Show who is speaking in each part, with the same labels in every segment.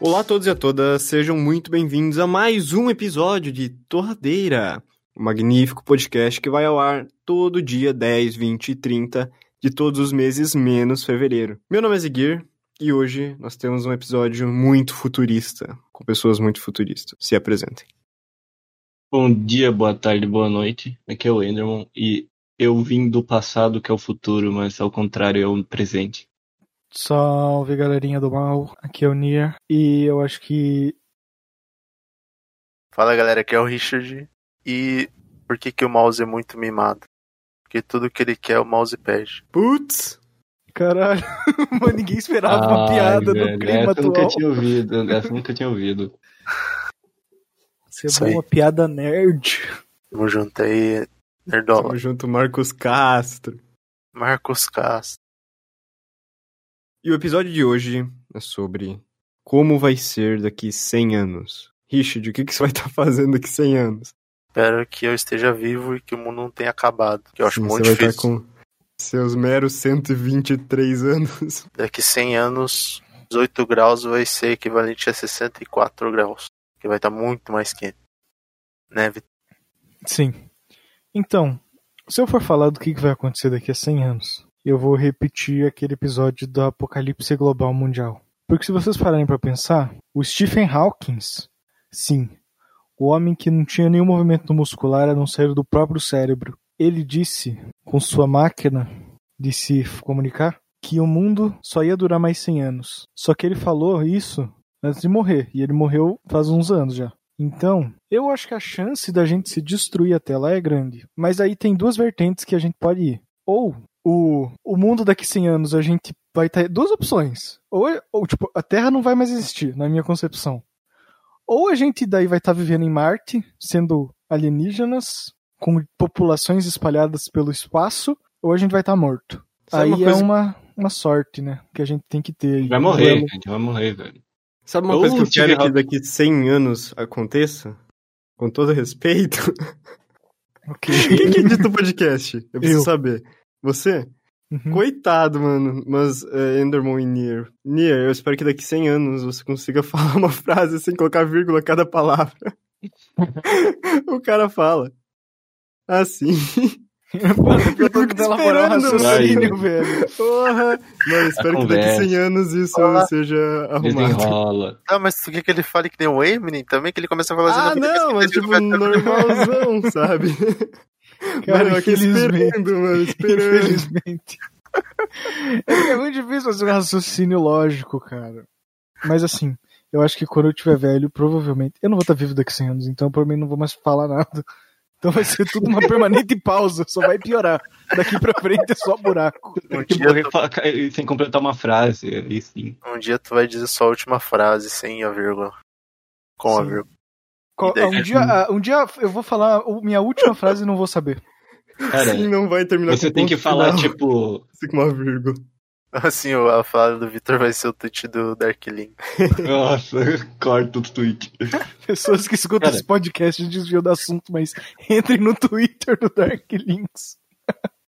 Speaker 1: Olá a todos e a todas, sejam muito bem-vindos a mais um episódio de Torradeira, um magnífico podcast que vai ao ar todo dia 10, 20 e 30 de todos os meses menos fevereiro. Meu nome é Ziguir e hoje nós temos um episódio muito futurista, com pessoas muito futuristas. Se apresentem.
Speaker 2: Bom dia, boa tarde, boa noite. Aqui é o Enderman e eu vim do passado que é o futuro, mas ao contrário é o presente.
Speaker 3: Salve galerinha do mal, aqui é o Nier e eu acho que
Speaker 4: Fala galera, aqui é o Richard. E por que, que o mouse é muito mimado? Porque tudo que ele quer o mouse pede.
Speaker 1: Putz!
Speaker 3: caralho, mano, ninguém esperava uma piada no clima
Speaker 2: essa eu nunca
Speaker 3: atual.
Speaker 2: tinha ouvido, essa eu nunca tinha ouvido.
Speaker 3: Você
Speaker 4: Isso
Speaker 3: é
Speaker 4: aí.
Speaker 3: uma piada nerd.
Speaker 4: Tamo junto aí, Nerdola.
Speaker 1: Tamo junto, Marcos Castro.
Speaker 4: Marcos Castro.
Speaker 1: E o episódio de hoje é sobre como vai ser daqui 100 anos. Richard, o que, que você vai estar fazendo daqui 100 anos?
Speaker 4: Espero que eu esteja vivo e que o mundo não tenha acabado. Que eu acho
Speaker 1: Sim,
Speaker 4: muito
Speaker 1: você vai
Speaker 4: difícil.
Speaker 1: estar com seus meros 123 anos.
Speaker 4: Daqui 100 anos, 18 graus vai ser equivalente a 64 graus. Que vai estar muito mais quente. Né, Vitor?
Speaker 3: Sim. Então, se eu for falar do que que vai acontecer daqui a 100 anos, eu vou repetir aquele episódio do apocalipse global mundial. Porque se vocês pararem pra pensar, o Stephen Hawking, sim, o homem que não tinha nenhum movimento muscular a não ser do próprio cérebro, ele disse, com sua máquina de se f- comunicar, que o mundo só ia durar mais 100 anos. Só que ele falou isso antes de morrer, e ele morreu faz uns anos já. Então, eu acho que a chance da gente se destruir até lá é grande. Mas aí tem duas vertentes que a gente pode ir. Ou o, o mundo daqui 100 anos a gente vai ter duas opções. Ou, ou, tipo, a Terra não vai mais existir, na minha concepção. Ou a gente daí vai estar vivendo em Marte, sendo alienígenas, com populações espalhadas pelo espaço, ou a gente vai estar morto.
Speaker 1: Sabe
Speaker 3: aí
Speaker 1: uma coisa-
Speaker 3: é uma, uma sorte, né? Que a gente tem que ter. aí.
Speaker 2: Vai
Speaker 3: Um
Speaker 2: morrer,
Speaker 3: duelo.
Speaker 2: gente, vai morrer, velho.
Speaker 1: Sabe uma
Speaker 2: Eu
Speaker 1: coisa que eu
Speaker 2: tive
Speaker 1: quero que
Speaker 2: errado.
Speaker 1: daqui 100 anos aconteça? Com todo respeito.
Speaker 3: Ok.
Speaker 1: Quem que edita o podcast? Eu preciso
Speaker 3: Eu.
Speaker 1: saber. Você?
Speaker 3: Uhum.
Speaker 1: Coitado, mano. Mas é, Enderman e Nier. Nier, eu espero que daqui 100 anos você consiga falar uma frase sem colocar vírgula a cada palavra. o cara fala. Assim.
Speaker 3: Mano, eu
Speaker 1: Eu
Speaker 3: tô
Speaker 1: fico
Speaker 3: elaborando
Speaker 1: esperando,
Speaker 3: raciocínio,
Speaker 2: velho.
Speaker 3: velho.
Speaker 1: Porra. Mano, espero que daqui
Speaker 2: conversa.
Speaker 1: 100 anos isso
Speaker 4: Ah.
Speaker 1: seja arrumado.
Speaker 2: Desenrola.
Speaker 4: Ah, mas tu quer que ele fale que nem o Eminem também? Que ele começa a falar assim...
Speaker 1: Ah,
Speaker 4: "Não,
Speaker 1: não, mas
Speaker 4: ele
Speaker 1: tipo,
Speaker 4: vai ter-
Speaker 1: normalzão, sabe? mano, eu aqui
Speaker 3: infelizmente.
Speaker 1: esperando, mano, esperando.
Speaker 3: Infelizmente. É muito difícil fazer um raciocínio lógico, cara. Mas assim, eu acho que quando eu tiver velho, provavelmente. Eu não vou estar vivo daqui a 100 anos, então por mim não vou mais falar nada. Então vai ser tudo uma permanente pausa, só vai piorar. Daqui pra frente é só buraco.
Speaker 4: Um
Speaker 2: Que
Speaker 4: dia,
Speaker 2: morrer fa- ca- sem completar uma frase, aí sim.
Speaker 4: tu, um dia tu vai dizer só a última frase, sem a vírgula. Com a
Speaker 3: Sim.
Speaker 4: vírgula.
Speaker 3: Co- ah, Um dia, ah, um dia eu vou falar o- minha última frase e não vou saber.
Speaker 2: Cara,
Speaker 1: Sim, Assim não vai terminar
Speaker 2: você
Speaker 1: com
Speaker 2: tem que
Speaker 1: ponto
Speaker 2: falar,
Speaker 1: final,
Speaker 2: tipo,
Speaker 1: com uma vírgula.
Speaker 4: Assim, a fala do Vitor vai ser o tweet do Darkling.
Speaker 2: nossa, corta o tweet.
Speaker 3: Pessoas que escutam
Speaker 2: Cara.
Speaker 3: esse podcast desviam do assunto, mas entrem no Twitter do Dark Links.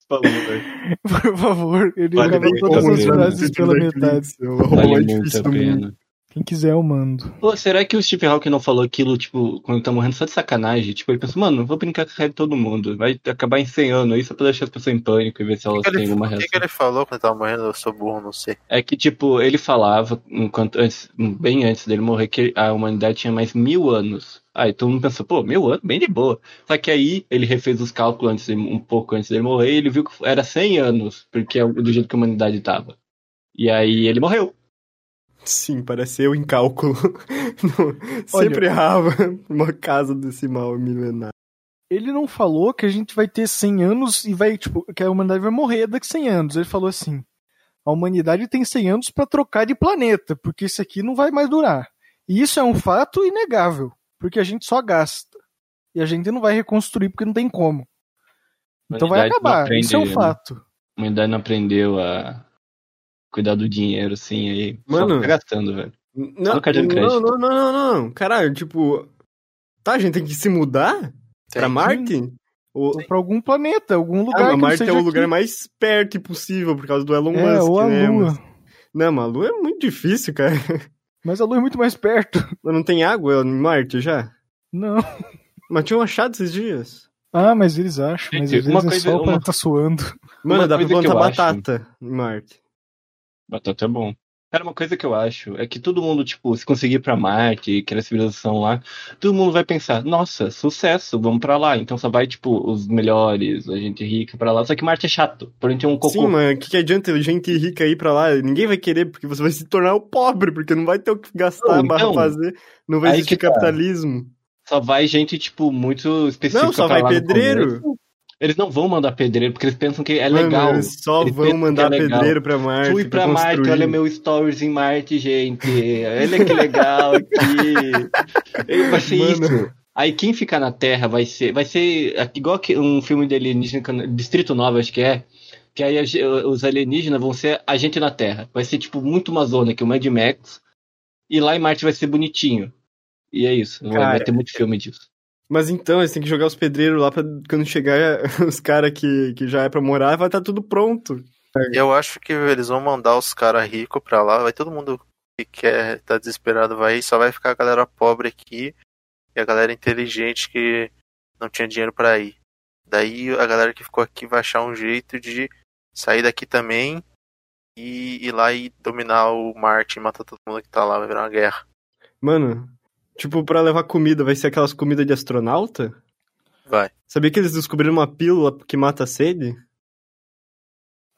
Speaker 2: Falou, velho.
Speaker 3: Por favor, ele
Speaker 2: Vale
Speaker 3: acabou
Speaker 2: muito
Speaker 3: todas
Speaker 2: a
Speaker 3: as
Speaker 2: pena.
Speaker 3: frases pela metade.
Speaker 1: É o
Speaker 2: Vale
Speaker 1: mais
Speaker 2: muito
Speaker 1: difícil
Speaker 2: a
Speaker 1: do mundo.
Speaker 2: pena.
Speaker 3: Quem quiser, eu mando.
Speaker 2: Pô, será que o Stephen Hawking não falou aquilo, tipo, quando tá morrendo só de sacanagem? Tipo, ele pensou, mano, vou brincar com a série de todo mundo. Vai acabar em 100 anos, isso é pra deixar as pessoas em pânico e ver se
Speaker 4: O
Speaker 2: elas
Speaker 4: que, que,
Speaker 2: têm
Speaker 4: ele,
Speaker 2: alguma
Speaker 4: o que
Speaker 2: reação.
Speaker 4: que ele falou quando tava morrendo? Eu sou burro, não sei.
Speaker 2: É que, tipo, ele falava, enquanto antes- bem antes dele morrer, que a humanidade tinha mais mil anos. Aí todo mundo pensou, pô, mil anos, bem de boa. Só que aí ele refez os cálculos antes de- um pouco antes dele morrer e ele viu que era 100 anos, porque é do jeito que a humanidade tava. E aí ele morreu.
Speaker 1: Sim, parece eu em cálculo. Não,
Speaker 3: Olha-
Speaker 1: sempre errava uma casa decimal milenar.
Speaker 3: Ele não falou que a gente vai ter 100 anos e vai, tipo, que a humanidade vai morrer daqui a 100 anos. Ele falou assim: a humanidade tem 100 anos pra trocar de planeta, porque isso aqui não vai mais durar. E isso é um fato inegável, porque a gente só gasta. E a gente não vai reconstruir porque não tem como. Então vai
Speaker 2: Humanidade não
Speaker 3: acabar. Isso é um
Speaker 2: aprende,
Speaker 3: fato.
Speaker 2: A humanidade não aprendeu a cuidar do dinheiro, assim, aí.
Speaker 1: Mano.
Speaker 2: Só tá gastando, velho.
Speaker 1: Não,
Speaker 2: no cartão de
Speaker 1: não,
Speaker 2: crédito.
Speaker 1: não, não, não, não. Caralho, tipo. Tá, a gente tem que se mudar pra
Speaker 4: Tem.
Speaker 1: Marte? O...
Speaker 3: Ou pra algum planeta, algum
Speaker 1: Ah,
Speaker 3: lugar.
Speaker 1: mas
Speaker 3: que não
Speaker 1: Marte
Speaker 3: seja
Speaker 1: é o
Speaker 3: aqui.
Speaker 1: lugar mais perto possível por causa do Elon
Speaker 3: É,
Speaker 1: Musk,
Speaker 3: ou a
Speaker 1: né?
Speaker 3: Lua.
Speaker 1: Mas- Não, mas a Lua é muito difícil, cara.
Speaker 3: Mas a Lua é muito mais perto.
Speaker 1: Mas não tem água em Marte já?
Speaker 3: Não.
Speaker 1: Mas tinham achado esses dias.
Speaker 3: Ah, mas eles acham. Mas
Speaker 2: Gente,
Speaker 3: às vezes
Speaker 2: uma
Speaker 3: é
Speaker 2: coisa-
Speaker 3: só o
Speaker 2: uma-
Speaker 3: planeta suando.
Speaker 1: Mano,
Speaker 2: Uma
Speaker 1: dá pra
Speaker 2: coisa
Speaker 1: plantar
Speaker 2: que eu acho-
Speaker 1: batata em Marte.
Speaker 2: Batata é bom. Cara, uma coisa que eu acho é que todo mundo, tipo, se conseguir ir pra Marte e criar civilização lá, todo mundo vai pensar, nossa, sucesso, vamos pra lá. Então só vai, tipo, os melhores, a gente rica pra lá. Só que Marte é chato, por gente é um cocô.
Speaker 1: Sim, mas o que, que adianta gente rica ir pra lá? Ninguém vai querer, porque você vai se tornar o pobre, porque não vai ter o que gastar,
Speaker 2: Não,
Speaker 1: barra
Speaker 2: então,
Speaker 1: fazer. Não vai
Speaker 2: aí
Speaker 1: existir
Speaker 2: que tá.
Speaker 1: capitalismo.
Speaker 2: Só vai gente, tipo, muito específica.
Speaker 1: Não, só
Speaker 2: pra
Speaker 1: vai
Speaker 2: lá no
Speaker 1: pedreiro.
Speaker 2: começo. Eles não vão mandar pedreiro, porque eles pensam que é
Speaker 1: Mano,
Speaker 2: legal.
Speaker 1: eles só
Speaker 2: Eles
Speaker 1: vão
Speaker 2: pensam
Speaker 1: mandar
Speaker 2: que é legal.
Speaker 1: pedreiro pra Marte.
Speaker 2: Fui pra
Speaker 1: construir.
Speaker 2: Marte, olha meu stories em Marte, gente. Olha que legal aqui. Vai ser
Speaker 1: Mano.
Speaker 2: isso. Aí quem ficar na Terra vai ser. Vai ser é, igual que um filme de alienígena, que eu não- Distrito 9, acho que é. Que aí a ge- os alienígenas vão ser a gente na Terra. Vai ser tipo muito uma zona que o Mad Max. E lá em Marte vai ser bonitinho. E é isso. Vai-
Speaker 1: Cara.
Speaker 2: vai ter muito filme disso.
Speaker 1: Mas então, eles têm que jogar os pedreiros lá pra quando chegar os caras que, que já é pra morar, vai estar tudo pronto.
Speaker 4: Eu acho que eles vão mandar os caras ricos pra lá. Vai todo mundo que quer, tá desesperado, vai ir. Só vai ficar a galera pobre aqui e a galera inteligente que não tinha dinheiro pra ir. Daí a galera que ficou aqui vai achar um jeito de sair daqui também e ir lá e dominar o Marte e matar todo mundo que tá lá. Vai virar uma guerra.
Speaker 1: Mano, tipo, pra levar comida, vai ser aquelas comidas de astronauta?
Speaker 4: Vai.
Speaker 1: Sabia que eles descobriram uma pílula que mata a sede?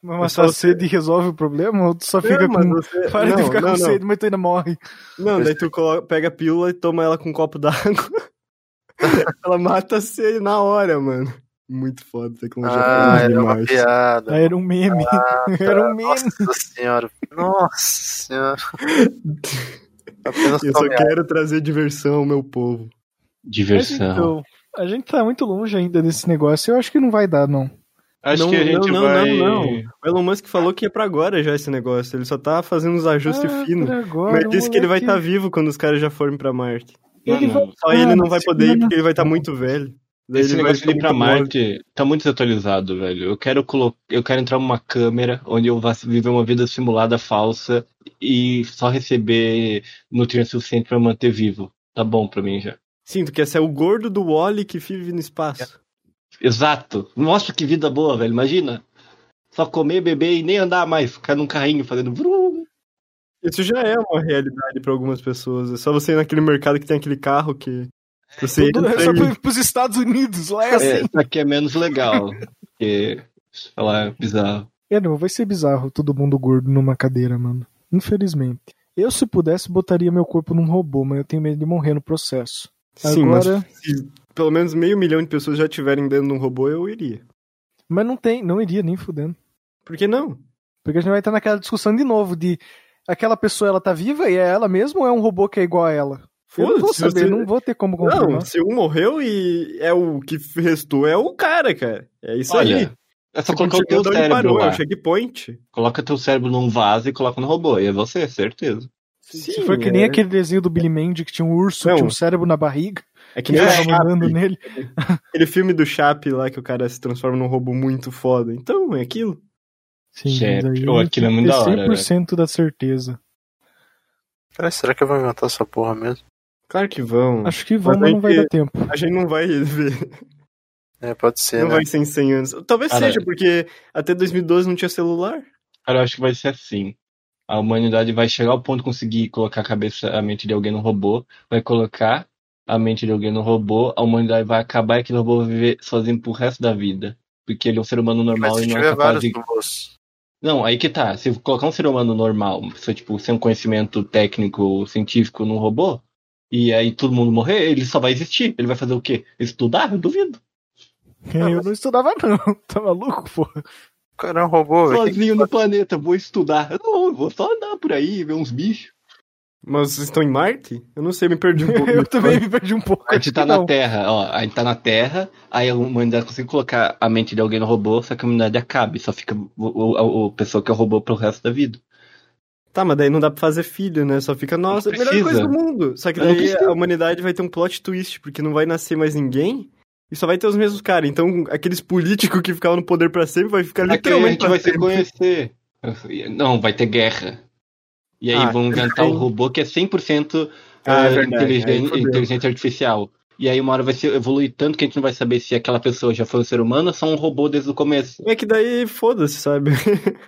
Speaker 3: Vai
Speaker 1: só
Speaker 3: matar a
Speaker 1: você-
Speaker 3: sede tá e resolve o problema? Ou tu só fica
Speaker 1: Não,
Speaker 3: com.
Speaker 1: É, mas você-
Speaker 3: Para de
Speaker 1: não,
Speaker 3: ficar
Speaker 1: não,
Speaker 3: com
Speaker 1: não.
Speaker 3: sede, mas tu ainda morre.
Speaker 1: Não, daí tu coloca- pega a pílula e toma ela com um copo d'água. ela mata a sede na hora, mano. Muito foda, tecnologia
Speaker 4: Ah,
Speaker 1: foda
Speaker 4: era uma
Speaker 1: demais.
Speaker 4: piada.
Speaker 3: Ah, era um meme. era um meme.
Speaker 4: Nossa senhora. Nossa senhora. Apenas
Speaker 1: Eu só
Speaker 4: tome
Speaker 1: quero trazer diversão ao meu povo.
Speaker 3: Mas
Speaker 2: Diversão.
Speaker 3: então, a gente tá muito longe ainda desse negócio. Eu acho que não vai dar, não.
Speaker 2: Acho
Speaker 1: Não,
Speaker 2: que a gente
Speaker 1: não, não, não,
Speaker 2: vai.
Speaker 1: não. O Elon Musk falou que é pra agora já esse negócio. Ele só tá fazendo uns ajustes
Speaker 3: Ah,
Speaker 1: finos.
Speaker 3: por agora,
Speaker 1: Mas disse que ele vai tá
Speaker 3: moleque.
Speaker 1: estar vivo quando os caras já forem pra Marte.
Speaker 3: Ele
Speaker 2: Mano,
Speaker 3: vai-
Speaker 1: Só
Speaker 3: Ah,
Speaker 1: ele não
Speaker 3: mas
Speaker 1: vai
Speaker 3: se
Speaker 1: poder
Speaker 3: não-
Speaker 1: ir porque ele vai estar muito velho. Daí
Speaker 2: Esse
Speaker 1: ele vai
Speaker 2: negócio de ir
Speaker 1: ficar
Speaker 2: pra
Speaker 1: muito morto.
Speaker 2: Marte tá muito desatualizado, velho. Eu quero colocar, eu quero entrar numa câmera onde eu vá viver uma vida simulada falsa e só receber nutrientes suficientes pra manter vivo. Tá bom pra mim já.
Speaker 1: Sim, tu quer ser é o gordo do Wally que vive no espaço.
Speaker 2: É. Exato. Nossa, que vida boa, velho. Imagina. Só comer, beber e nem andar mais, ficar num carrinho fazendo vrum.
Speaker 1: Isso já é uma realidade pra algumas pessoas. É só você ir naquele mercado que tem aquele carro que você
Speaker 3: Tudo é
Speaker 1: entra
Speaker 3: só
Speaker 1: e-
Speaker 3: pro- pros Estados Unidos, lá é
Speaker 2: É,
Speaker 3: assim.
Speaker 2: isso aqui é menos legal. Porque, sei lá, é bizarro.
Speaker 3: É, não, vai ser bizarro todo mundo gordo numa cadeira, mano. Infelizmente. Eu, se pudesse, botaria meu corpo num robô, mas eu tenho medo de morrer no processo.
Speaker 1: Sim, mas
Speaker 3: Agora,
Speaker 1: se pelo menos meio milhão de pessoas já tiverem dentro de um robô, eu iria.
Speaker 3: mas não tem, não iria nem fudendo.
Speaker 1: Por que não?
Speaker 3: Porque a gente vai estar naquela discussão de novo de aquela pessoa, ela tá viva e é ela mesmo ou é um robô que é igual a ela? Eu não vou
Speaker 1: Foda-se,
Speaker 3: saber,
Speaker 1: você-
Speaker 3: não vou ter como
Speaker 1: Não,
Speaker 3: confirmar.
Speaker 1: se um morreu e é o que restou, é o cara, cara. É isso aí.
Speaker 2: Olha, é só
Speaker 1: Você
Speaker 2: colocar o
Speaker 1: continua
Speaker 2: teu
Speaker 1: de onde
Speaker 2: cérebro
Speaker 1: parou, é
Speaker 2: lá.
Speaker 1: o checkpoint.
Speaker 2: Coloca teu cérebro num vaso e coloca no robô. E é você, certeza.
Speaker 3: se for que nem
Speaker 1: é-
Speaker 3: aquele desenho do Billy Mandy que tinha um urso,
Speaker 1: Não.
Speaker 3: tinha um cérebro na barriga,
Speaker 1: É que
Speaker 3: que
Speaker 1: nem o
Speaker 3: tava
Speaker 1: Chape,
Speaker 3: mandando nele.
Speaker 1: aquele filme do Chape lá que o cara se transforma num robô muito foda. Então, é aquilo.
Speaker 3: Sim,
Speaker 2: Gente,
Speaker 3: mas aí
Speaker 2: ô, aquilo é muito
Speaker 3: tem
Speaker 2: da hora,
Speaker 3: 100% da certeza.
Speaker 4: Peraí, será que eu vou inventar essa porra mesmo?
Speaker 1: Claro que vão.
Speaker 3: Acho que vamos,
Speaker 1: aí
Speaker 3: não vai
Speaker 1: que- Ah,
Speaker 3: dar tempo.
Speaker 1: A gente não vai ver,
Speaker 4: É, pode ser,
Speaker 1: não
Speaker 4: né?
Speaker 1: vai ser em 100 anos. Talvez
Speaker 2: Cara,
Speaker 1: seja, porque até 2012 não tinha celular.
Speaker 2: Cara, eu acho que vai ser assim. A humanidade vai chegar ao ponto de conseguir colocar a cabeça, a mente de alguém no robô, vai colocar a mente de alguém no robô, a humanidade vai acabar e aquele robô vai viver sozinho pro resto da vida. Porque ele é um ser humano
Speaker 4: Mas
Speaker 2: normal
Speaker 4: se
Speaker 2: e não
Speaker 4: tiver
Speaker 2: é capaz
Speaker 4: vários
Speaker 2: de.
Speaker 4: no bolso.
Speaker 2: Não, aí que tá. Se colocar um ser humano normal, uma pessoa, tipo, sem um conhecimento técnico, científico num robô, e aí todo mundo morrer, ele só vai existir. Ele vai fazer o quê? Estudar? Eu duvido.
Speaker 3: Eu não estudava, não. Tá maluco, pô?
Speaker 4: O cara é um robô, velho.
Speaker 2: Sozinho no planeta, vou estudar. Não, eu vou só andar por aí, ver uns bichos.
Speaker 1: Mas vocês estão em Marte? Eu não sei, me perdi um pouco.
Speaker 3: Eu também me perdi um pouco.
Speaker 2: A gente tá
Speaker 3: Acho que
Speaker 2: na
Speaker 3: não.
Speaker 2: Terra, ó. A gente tá na Terra, aí a humanidade consegue colocar a mente de alguém no robô, só que a humanidade acaba, e só fica o, o, o pessoa que é o robô pro resto da vida.
Speaker 1: Tá, mas daí não dá pra fazer filho, né? Só fica, nossa,
Speaker 2: Não
Speaker 1: melhor coisa
Speaker 2: precisa.
Speaker 1: do mundo. Só que
Speaker 2: Não
Speaker 1: daí
Speaker 2: precisa.
Speaker 1: a humanidade vai ter um plot twist, porque não vai nascer mais ninguém e só vai ter os mesmos caras. Então, aqueles políticos que ficavam no poder pra sempre vai ficar
Speaker 2: Aqui a
Speaker 1: literalmente
Speaker 2: gente
Speaker 1: pra
Speaker 2: vai se
Speaker 1: sempre.
Speaker 2: conhecer. Não, vai ter guerra. E aí
Speaker 1: Ah,
Speaker 2: vão inventar
Speaker 1: aí-
Speaker 2: um robô que é 100%
Speaker 1: Ah, é
Speaker 2: eh,
Speaker 1: verdade, aí
Speaker 2: inteligente,
Speaker 1: fodeu.
Speaker 2: inteligência artificial. E aí uma hora vai se evoluir tanto que a gente não vai saber se aquela pessoa já foi um ser humano ou só um robô desde o começo.
Speaker 1: É que daí, foda-se, sabe?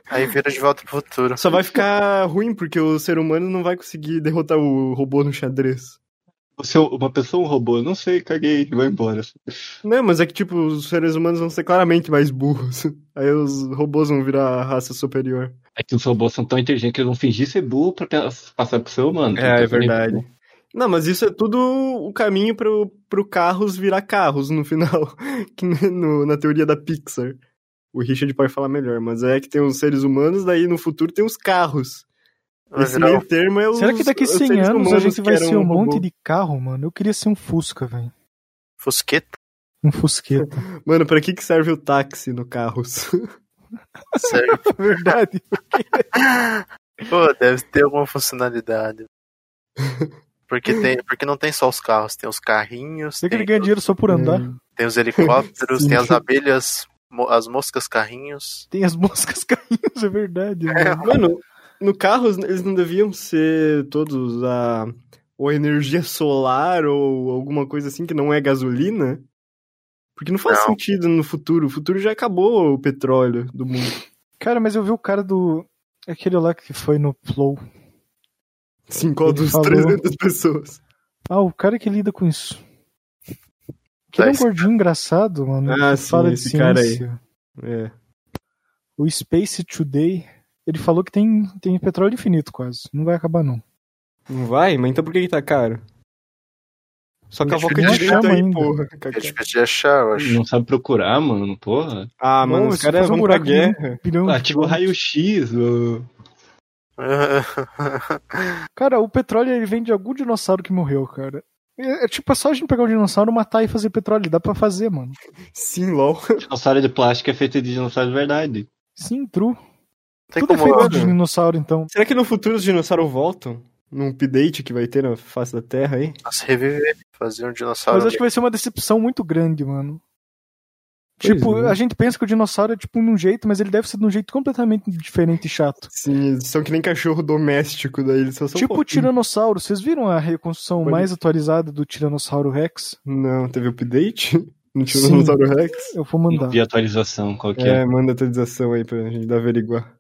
Speaker 4: Aí vira de volta pro futuro.
Speaker 1: Só vai ficar ruim porque o ser humano não vai conseguir derrotar o robô no xadrez.
Speaker 2: Você é uma pessoa ou um robô? Eu Não sei, caguei, vai embora.
Speaker 1: Não, mas é que, tipo, os seres humanos vão ser claramente mais burros. Aí os robôs vão virar a raça superior.
Speaker 2: É que os robôs são tão inteligentes que eles vão fingir ser burro pra pe- passar pro ser humano.
Speaker 4: É,
Speaker 2: Então,
Speaker 1: Não, mas isso é tudo o caminho pro, pro carros virar carros no final. Que ne- no- na teoria da Pixar. O Richard pode falar melhor, mas é que tem os seres humanos, daí no futuro tem os carros.
Speaker 4: Vai
Speaker 1: Esse
Speaker 4: virar
Speaker 1: meio
Speaker 4: um-
Speaker 1: termo é os,
Speaker 3: Será que daqui
Speaker 1: os
Speaker 3: 100
Speaker 1: seres
Speaker 3: anos a
Speaker 1: humanos
Speaker 3: gente
Speaker 1: que
Speaker 3: vai
Speaker 1: eram
Speaker 3: ser um
Speaker 1: robô.
Speaker 3: monte de carro, mano? Eu queria ser um Fusca, velho.
Speaker 4: Fusqueta?
Speaker 3: Um Fusqueta.
Speaker 1: Mano, pra que que serve o táxi no carros?
Speaker 4: Sério?
Speaker 3: Verdade.
Speaker 4: Pô, deve ter alguma funcionalidade. Porque, tem, porque não tem só os carros, tem os carrinhos,
Speaker 3: Será que ele
Speaker 4: tem,
Speaker 3: ganha dinheiro só por andar?
Speaker 4: tem os helicópteros,
Speaker 1: Sim.
Speaker 4: tem as abelhas, mo- as moscas carrinhos.
Speaker 3: Tem as moscas carrinhos, é verdade. Mano.
Speaker 1: Mano, no carro eles não deviam ser todos a ou energia solar ou alguma coisa assim que não é gasolina? Porque não faz
Speaker 4: Não.
Speaker 1: sentido no futuro. O futuro já acabou o petróleo do mundo.
Speaker 3: Cara, mas eu vi o cara do. Aquele lá que foi no Flow.
Speaker 1: Sim, qual
Speaker 3: Ele
Speaker 1: dos
Speaker 3: falou.
Speaker 1: 300 pessoas?
Speaker 3: Ah, o cara que lida com isso. Que ele é um
Speaker 4: Esse
Speaker 3: gordinho engraçado, mano.
Speaker 1: Ah,
Speaker 3: que
Speaker 1: sim,
Speaker 3: fala de
Speaker 1: esse
Speaker 3: ciência.
Speaker 1: cara aí. É.
Speaker 3: O Space Today. Ele falou que tem, tem petróleo infinito quase. Não vai acabar, não.
Speaker 1: Não vai? Mas então por que, que tá caro? Só
Speaker 3: Acho
Speaker 1: cavoca
Speaker 3: que ele
Speaker 1: direito
Speaker 3: chama
Speaker 1: aí,
Speaker 3: ainda.
Speaker 1: porra.
Speaker 4: É difícil de achar, eu acho.
Speaker 2: Não sabe procurar, mano, porra.
Speaker 1: Ah, mano,
Speaker 3: Não,
Speaker 1: os
Speaker 3: se
Speaker 1: caras
Speaker 3: fazer um
Speaker 1: vão pra
Speaker 3: buraco de um
Speaker 1: guerra.
Speaker 3: bilhão de
Speaker 2: Ah, tipo
Speaker 3: quilômetros.
Speaker 2: raio-x, o-
Speaker 3: Cara, o petróleo ele vem de algum dinossauro que morreu, cara. É, é tipo, é só a gente pegar um dinossauro, matar e fazer petróleo. Dá pra fazer, mano.
Speaker 1: Sim, lol.
Speaker 2: dinossauro de plástico é feito de dinossauro de verdade.
Speaker 3: Sim, true.
Speaker 4: Tem
Speaker 3: Tudo é
Speaker 4: como.
Speaker 3: feito
Speaker 1: né?
Speaker 3: de dinossauro, então.
Speaker 1: Será que no futuro os dinossauros voltam? Num update que vai ter na face da Terra aí?
Speaker 4: Nossa, reviver, fazer um dinossauro.
Speaker 3: né? Mas acho que vai ser uma decepção muito grande, mano.
Speaker 1: Pois
Speaker 3: tipo,
Speaker 1: é.
Speaker 3: a gente pensa que o dinossauro é tipo de um jeito, mas ele deve ser de um jeito completamente diferente e chato.
Speaker 1: Sim, eles são que nem cachorro doméstico daí, eles só um são
Speaker 3: tipo o
Speaker 1: fofinhos.
Speaker 3: Tiranossauro. Vocês viram a reconstrução
Speaker 1: Pode-
Speaker 3: mais atualizada do Tiranossauro Rex?
Speaker 1: Não, teve update no
Speaker 3: Sim.
Speaker 1: Tiranossauro Rex?
Speaker 3: Eu vou
Speaker 2: Não
Speaker 3: mandar.
Speaker 2: vi atualização qualquer.
Speaker 1: É, manda atualização aí pra gente averiguar.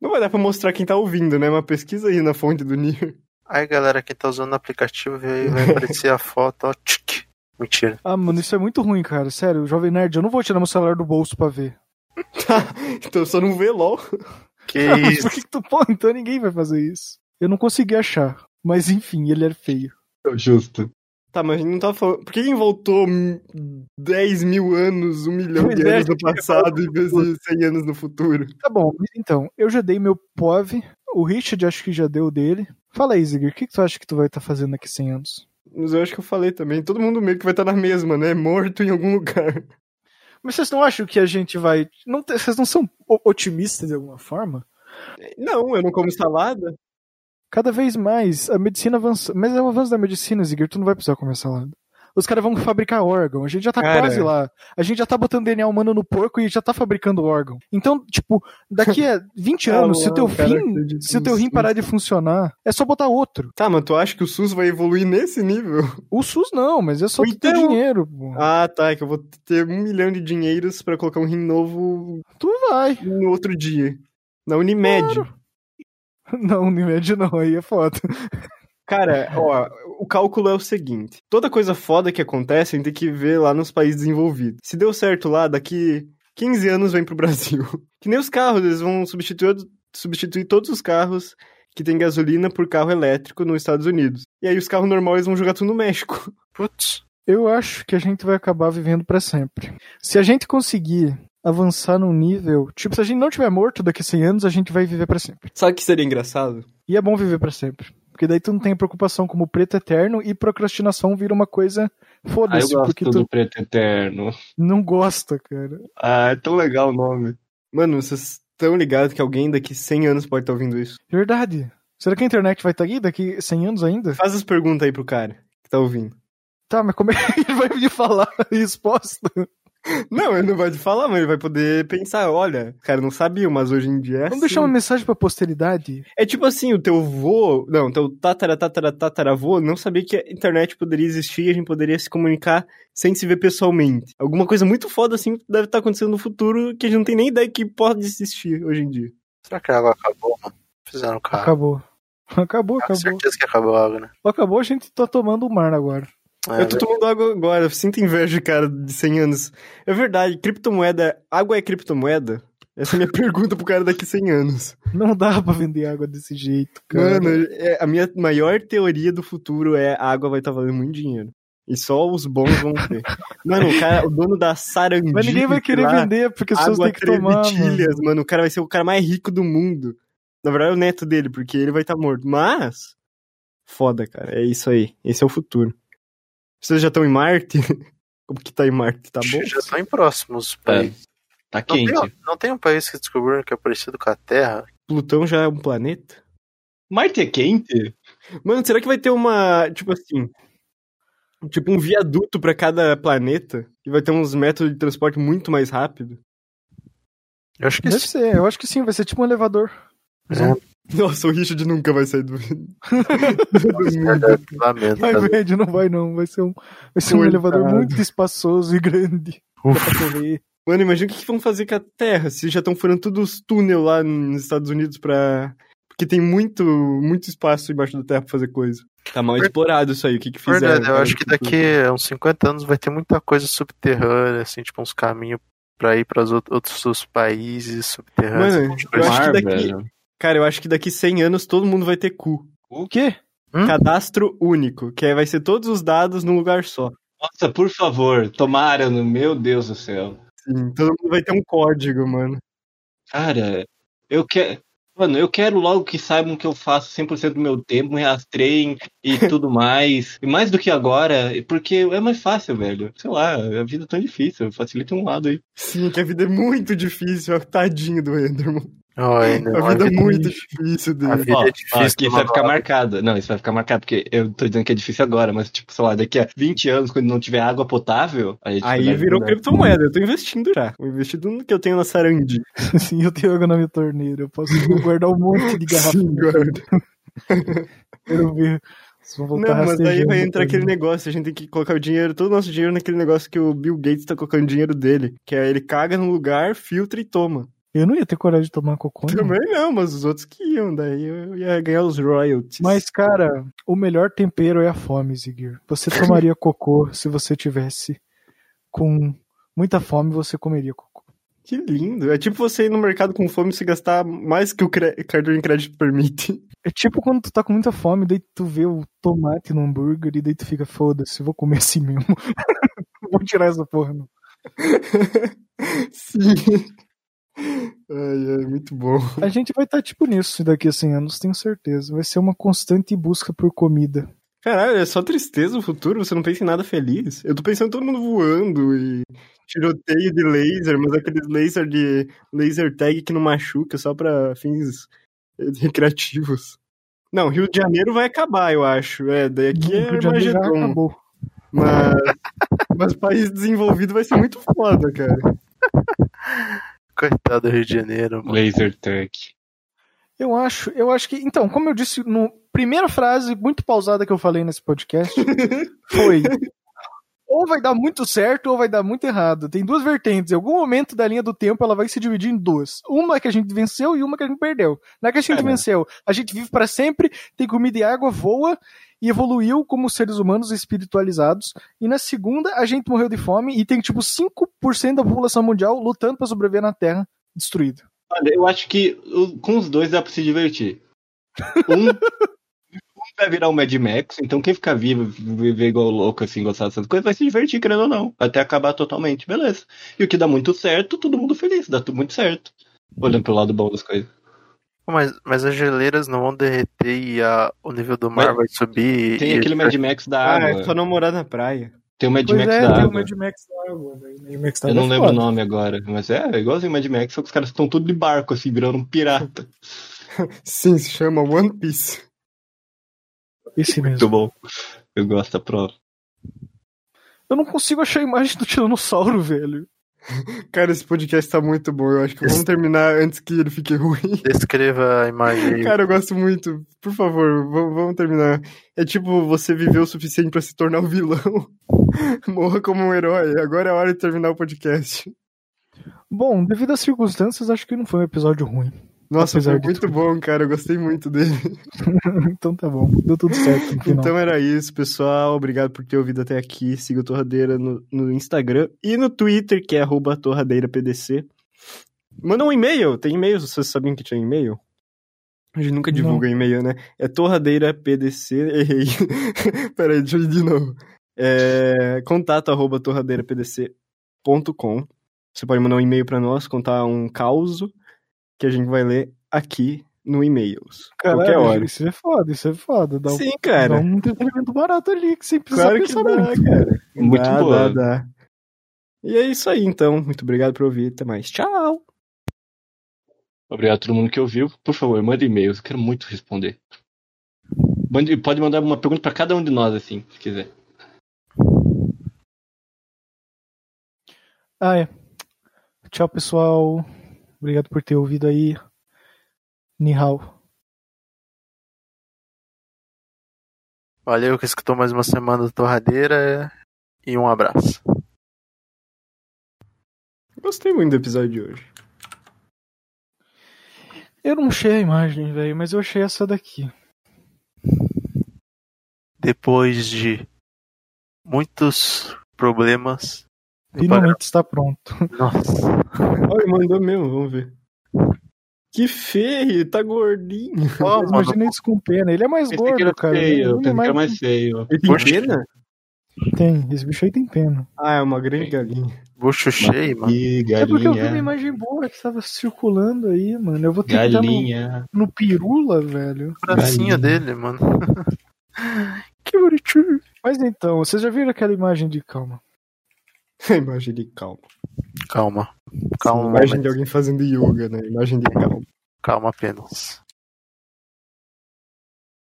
Speaker 1: Não vai dar pra mostrar quem tá ouvindo, né? Mas pesquisa aí na fonte do Nier.
Speaker 4: Aí, galera, quem tá usando o aplicativo vê aí, vai aparecer a foto, ó. Tchic. Mentira.
Speaker 3: Ah, mano, isso é muito ruim, cara. Sério, Jovem Nerd, eu não vou tirar meu celular do bolso pra ver.
Speaker 1: Então só não vê LOL.
Speaker 4: Que
Speaker 3: Ah, mas
Speaker 4: isso?
Speaker 3: por que, que tu pô? Então ninguém vai fazer isso. Eu não consegui achar. Mas enfim, ele era feio.
Speaker 2: Justo.
Speaker 1: Tá, mas a gente não tava falando. Por que quem voltou hum, 10 mil anos, um milhão
Speaker 3: Pois
Speaker 1: de
Speaker 3: é,
Speaker 1: anos no passado em vez de 100 anos no futuro?
Speaker 3: Tá bom, mas então, eu já dei meu POV. O Richard acho que já deu o dele. Fala aí, Zigger, o que, que tu acha que tu vai estar fazendo daqui 100 anos?
Speaker 1: Mas eu acho que eu falei também. Todo mundo meio que vai estar na mesma, né? Morto em algum lugar.
Speaker 3: Mas vocês não acham que a gente vai. Não, te- vocês não são o- otimistas de alguma forma?
Speaker 1: Não, eu não como salada.
Speaker 3: Cada vez mais a medicina avança. Mas é o avanço da medicina, Zigger, tu não vai precisar começar lá. Os caras vão fabricar órgão. A gente já tá
Speaker 1: Cara.
Speaker 3: quase lá. A gente já tá botando DNA humano no porco e já tá fabricando órgão. Então, tipo, daqui a 20
Speaker 1: Ah,
Speaker 3: anos, se É o teu
Speaker 1: o cara
Speaker 3: rim,
Speaker 1: acredita
Speaker 3: se o teu
Speaker 1: no
Speaker 3: rim
Speaker 1: SUS.
Speaker 3: parar de funcionar, é só botar outro.
Speaker 1: Tá, mas tu acha que o SUS vai evoluir nesse nível?
Speaker 3: O SUS não, mas é só tu ter
Speaker 1: Então-
Speaker 3: dinheiro. pô.
Speaker 1: Ah, tá, é que eu vou ter um milhão de dinheiros pra colocar um rim novo
Speaker 3: Tu vai.
Speaker 1: no outro dia. Na Unimed.
Speaker 3: Não, Unimed não, aí é foda.
Speaker 1: Cara, ó, o cálculo é o seguinte: toda coisa foda que acontece, a gente tem que ver lá nos países desenvolvidos. Se deu certo lá, daqui 15 anos vem pro Brasil. Que nem os carros, eles vão substituir, substituir todos os carros que tem gasolina por carro elétrico nos Estados Unidos. E aí os carros normais vão jogar tudo no México.
Speaker 4: Putz.
Speaker 3: Eu acho que a gente vai acabar vivendo pra sempre. Se a gente conseguir avançar num nível, tipo, se a gente não tiver morto daqui a 100 anos, a gente vai viver pra sempre.
Speaker 1: Sabe o que seria engraçado?
Speaker 3: E é bom viver pra sempre, porque daí tu não tem preocupação como preto eterno e procrastinação vira uma coisa
Speaker 2: Ah, eu
Speaker 3: foda-se,
Speaker 2: gosto
Speaker 3: porque
Speaker 2: do
Speaker 3: tu
Speaker 2: Preto Eterno.
Speaker 3: não gosta, cara.
Speaker 2: Ah, é tão legal o nome.
Speaker 1: Mano, vocês estão ligados que alguém daqui 100 anos pode estar ouvindo isso?
Speaker 3: Verdade. Será que a internet vai estar aqui daqui a 100 anos ainda?
Speaker 1: Faz as perguntas aí pro cara que tá ouvindo.
Speaker 3: Tá, mas como é que ele vai me falar a resposta?
Speaker 1: Não, ele não vai te falar, mas ele vai poder pensar, olha, cara, não sabia, mas hoje em dia é
Speaker 3: Vamos
Speaker 1: assim.
Speaker 3: deixar um uma mensagem pra posteridade?
Speaker 1: É tipo assim, o teu vô, não, teu tatara, tatara, tataravô não sabia que a internet poderia existir e a gente poderia se comunicar sem se ver pessoalmente. Alguma coisa muito foda assim deve estar acontecendo no futuro que a gente não tem nem ideia que pode existir hoje em dia.
Speaker 4: Será que a água acabou, mano? Fizeram carro.
Speaker 3: Acabou. Acabou,
Speaker 4: Com
Speaker 3: acabou.
Speaker 4: certeza que acabou a água, né?
Speaker 3: Acabou, a gente tá tomando o mar agora.
Speaker 4: É,
Speaker 1: eu tô tomando água agora, eu sinto inveja, cara, de 100 anos. É verdade, criptomoeda, água é criptomoeda? Essa é a minha pergunta pro cara daqui 100 anos.
Speaker 3: Não dá pra vender água desse jeito, cara.
Speaker 1: Mano, é- a minha maior teoria do futuro é a água vai estar valendo muito dinheiro. E só os bons vão ter. Mano, o cara, o dono da Sarandí.
Speaker 3: Mas ninguém vai querer vender, porque as pessoas
Speaker 1: água
Speaker 3: têm que tomar. Mano.
Speaker 1: trevitilhas, mano. O cara vai ser o cara mais rico do mundo. Na verdade, é o neto dele, porque ele vai estar morto. Mas. Foda, cara. É isso aí. Esse é o futuro. Vocês já estão em Marte? Como que tá em Marte? Tá bom?
Speaker 4: Já estão em próximos países.
Speaker 2: Tá
Speaker 4: Não, tem,
Speaker 2: É, quente.
Speaker 4: um- não tem um país que descobriram que é parecido com a Terra?
Speaker 1: Plutão já é um planeta?
Speaker 2: Marte é quente?
Speaker 1: Mano, será que vai ter uma. Tipo assim. Tipo um viaduto pra cada planeta? E vai ter uns métodos de transporte muito mais rápido?
Speaker 4: Eu acho que
Speaker 3: Deve
Speaker 4: sim.
Speaker 3: ser, eu acho que sim, vai ser tipo um elevador.
Speaker 1: Nossa, o Richard nunca vai sair do. do mundo.
Speaker 4: É, Lamento.
Speaker 3: Vai,
Speaker 4: cara.
Speaker 3: velho, não vai não, vai ser um, vai ser um
Speaker 1: Tá Coitado.
Speaker 3: elevador muito espaçoso e grande. Dá pra correr.
Speaker 1: Mano, imagina o que que vão fazer com a Terra, se já estão furando todos os túneis lá nos Estados Unidos pra... Porque tem muito, muito espaço embaixo da Terra pra fazer coisa. Tá mal
Speaker 4: Ver-
Speaker 1: explorado isso aí, o que que fizeram.
Speaker 4: É Verdade, eu
Speaker 1: cara,
Speaker 4: acho que
Speaker 1: tipo,
Speaker 4: daqui a uns 50 anos vai ter muita coisa subterrânea, assim, tipo uns caminhos pra ir para outros, outros países subterrâneos.
Speaker 1: Mano,
Speaker 4: um monte de
Speaker 1: eu
Speaker 4: coisa.
Speaker 1: acho que
Speaker 2: Mar,
Speaker 1: daqui-
Speaker 2: velho.
Speaker 1: Cara, eu acho que daqui 100 anos todo mundo vai ter cu.
Speaker 3: O quê?
Speaker 4: Hum?
Speaker 1: Cadastro único, que aí vai ser todos os dados num lugar só.
Speaker 2: Nossa, por favor, tomara, no- meu Deus do céu.
Speaker 1: Sim, todo mundo vai ter um código, mano.
Speaker 2: Cara, eu quero. Mano, eu quero logo que saibam que eu faço 100% do meu tempo, me rastreiem e tudo mais. E mais do que agora, porque é mais fácil, velho. Sei lá, a vida é tão difícil, facilita um lado aí.
Speaker 1: Sim, que a vida é muito difícil, ó, tadinho do Enderman.
Speaker 4: Ó, ainda não,
Speaker 1: A vida é
Speaker 4: ainda-
Speaker 1: muito difícil
Speaker 4: A
Speaker 1: dele.
Speaker 4: vida
Speaker 2: Ó,
Speaker 4: é difícil.
Speaker 2: ó, que isso vai
Speaker 4: mano.
Speaker 2: ficar marcado. Não, isso vai ficar marcado, porque eu tô dizendo que é difícil agora, mas, tipo, sei lá, daqui a 20 anos, quando não tiver água potável, aí, a gente
Speaker 1: Aí
Speaker 2: vai- né?
Speaker 1: virou
Speaker 2: vai-
Speaker 1: criptomoeda, eu tô investindo já. Vou investir tudo que eu tenho na Sarandi.
Speaker 3: Sim, eu tenho água na minha torneira, eu posso guardar um monte de
Speaker 1: Sim,
Speaker 3: garrafinha.
Speaker 1: guarda.
Speaker 3: Quero ver se vão voltar
Speaker 1: Não, mas aí
Speaker 3: rastejando
Speaker 1: vai entrar
Speaker 3: pra
Speaker 1: aquele
Speaker 3: mim.
Speaker 1: negócio, a gente tem que colocar o dinheiro, todo o nosso dinheiro naquele negócio que o Bill Gates tá colocando o dinheiro dele, que é ele caga no lugar, filtra e toma.
Speaker 3: Eu não ia ter coragem de tomar cocô. não.
Speaker 1: Também não, mas os outros que iam, daí eu ia ganhar os royalties.
Speaker 3: Mas, cara, o melhor tempero é a fome, Zigir. Você tomaria cocô se você tivesse com muita fome, você comeria cocô.
Speaker 1: Que lindo, é tipo você ir no mercado com fome e se gastar mais que o cre- cartão de crédito permite.
Speaker 3: É tipo quando tu tá com muita fome, daí tu vê o tomate no hambúrguer e daí tu fica, foda-se, eu vou comer assim mesmo. vou tirar essa porra. Não.
Speaker 1: Sim. Ai, é muito bom.
Speaker 3: A gente vai estar tipo nisso daqui a 100 anos, tenho certeza. Vai ser uma constante busca por comida.
Speaker 1: Caralho, é só tristeza o futuro, você não pensa em nada feliz. Eu tô pensando em todo mundo voando e tiroteio de laser, mas aqueles laser de laser tag que não machuca, só pra fins eh, recreativos. Não, Rio de Janeiro vai acabar, eu acho. É, daqui é
Speaker 3: Rio de Janeiro já
Speaker 1: Armagedon.
Speaker 3: acabou.
Speaker 1: Mas, mas país desenvolvido vai ser muito foda, cara.
Speaker 4: Coitado do Rio de Janeiro, mano.
Speaker 2: Laser Truck.
Speaker 3: Eu acho, eu acho que. Então, como eu disse na primeira frase muito pausada que eu falei nesse podcast, foi. Ou vai dar muito certo ou vai dar muito errado. Tem duas vertentes. Em algum momento da linha do tempo ela vai se dividir em duas. Uma que a gente venceu e uma que a gente perdeu. Na que a gente
Speaker 2: Cara.
Speaker 3: venceu, a gente vive para sempre, tem comida e água, voa e evoluiu como seres humanos espiritualizados. E na segunda, a gente morreu de fome e tem tipo 5% da população mundial lutando para sobreviver na Terra destruída.
Speaker 2: Olha, eu acho que o- com os dois dá pra se divertir. Um, um vai virar um Mad Max, então quem ficar vivo, viver igual louco, assim, gostar dessas coisas, vai se divertir, querendo ou não. Até acabar totalmente, beleza. E o que dá muito certo, todo mundo feliz, dá tudo muito certo. Olhando pelo lado bom das coisas.
Speaker 4: Mas, mas as geleiras não vão derreter e a- o nível do mar
Speaker 2: Mas
Speaker 4: vai subir.
Speaker 2: Tem
Speaker 4: e-
Speaker 2: aquele Mad Max da
Speaker 1: Ah,
Speaker 2: água.
Speaker 1: é só não morar na praia.
Speaker 2: Tem o Mad
Speaker 3: Pois
Speaker 2: Max
Speaker 3: é,
Speaker 2: da
Speaker 3: tem o
Speaker 2: água.
Speaker 3: Mad Max da água, velho. Mad Max da
Speaker 2: Eu
Speaker 3: água
Speaker 2: não
Speaker 3: é
Speaker 2: lembro o
Speaker 3: foda.
Speaker 2: nome agora, mas é, é igualzinho Mad Max, só que os caras estão todos de barco, assim, virando um pirata.
Speaker 1: Sim, se chama One Piece.
Speaker 3: Esse
Speaker 2: Muito
Speaker 3: mesmo.
Speaker 2: bom. Eu gosto da prova.
Speaker 3: Eu não consigo achar a imagem do Tiranossauro, velho.
Speaker 1: Cara, esse podcast tá muito bom. Eu acho que vamos terminar antes que ele fique ruim.
Speaker 4: Descreva a imagem aí.
Speaker 1: Cara, eu gosto muito. Por favor, v- vamos terminar. É tipo você viveu o suficiente pra se tornar um vilão. Morra como um herói. Agora é a hora de terminar o podcast.
Speaker 3: Bom, devido às circunstâncias, acho que não foi um episódio ruim.
Speaker 1: Nossa,
Speaker 3: Apesar
Speaker 1: foi
Speaker 3: de
Speaker 1: muito
Speaker 3: tudo.
Speaker 1: bom, cara. Eu gostei muito dele.
Speaker 3: então tá bom, deu tudo certo no final.
Speaker 1: Então era isso, pessoal. Obrigado por ter ouvido até aqui. Siga o Torradeira no, no Instagram e no Twitter, que é arroba torradeirapdc. Manda um e-mail. Tem e-mail? Vocês sabiam que tinha e-mail? A gente nunca divulga e-mail, né? É torradeirapdc... Errei. Peraí, deixa eu ir de novo. É, contato arroba torradeirapdc.com Você pode mandar um e-mail pra nós, contar um caos que a gente vai ler aqui no e-mails. qualquer
Speaker 3: Caralho,
Speaker 1: hora.
Speaker 3: Isso é foda, isso é foda. Dá, um-
Speaker 1: Sim,
Speaker 3: dá
Speaker 1: cara.
Speaker 3: um entretenimento barato ali, que sem precisar
Speaker 1: Claro que
Speaker 3: pensar
Speaker 1: dá,
Speaker 3: muito.
Speaker 1: cara.
Speaker 2: Muito
Speaker 1: dá, Dá,
Speaker 2: boa.
Speaker 1: dá. E é isso aí, então. Muito obrigado por ouvir. Até mais. Tchau!
Speaker 2: Obrigado a todo mundo que ouviu. Por favor, manda e-mails. Quero muito responder. Mande- Pode mandar uma pergunta pra cada um de nós, assim, se quiser.
Speaker 3: Ah, é. Tchau, pessoal. Obrigado por ter ouvido aí. Nihal.
Speaker 4: Valeu que escutou mais uma semana do Torradeira e um abraço.
Speaker 1: Gostei muito do episódio de hoje.
Speaker 3: Eu não achei a imagem, velho, mas eu achei essa daqui.
Speaker 4: Depois de muitos problemas. eu
Speaker 3: Finalmente está pronto.
Speaker 4: parei- Nossa.
Speaker 1: Ó, ele mandou mesmo, vamos ver. Que feio, tá gordinho.
Speaker 4: Ó,
Speaker 3: Mas
Speaker 4: mano,
Speaker 3: Imagina isso com pena. Ele é mais
Speaker 2: Pensei que
Speaker 3: gordo,
Speaker 2: era
Speaker 3: cara.
Speaker 2: feio,
Speaker 3: Ele é
Speaker 2: pensei que era
Speaker 3: mais-
Speaker 2: mais feio.
Speaker 1: Ele
Speaker 4: Poxa.
Speaker 1: pena?
Speaker 3: Tem, esse bicho aí tem pena.
Speaker 1: Ah, é uma grande galinha.
Speaker 4: bucho cheio, mano.
Speaker 2: Ih,
Speaker 3: É porque eu vi uma
Speaker 2: galinha.
Speaker 3: imagem boa que estava circulando aí, mano. Eu vou ter que tá dar
Speaker 2: Galinha.
Speaker 3: no, no pirula, velho.
Speaker 4: O bracinho
Speaker 2: Galinha.
Speaker 4: dele, mano. que bonitinho.
Speaker 3: Mas então, vocês já viram aquela imagem de calma?
Speaker 1: Imagem de calma.
Speaker 4: Calma. Calma,
Speaker 1: Imagem
Speaker 4: momento.
Speaker 1: de alguém fazendo yoga, né? Imagem de calma.
Speaker 4: calma apenas.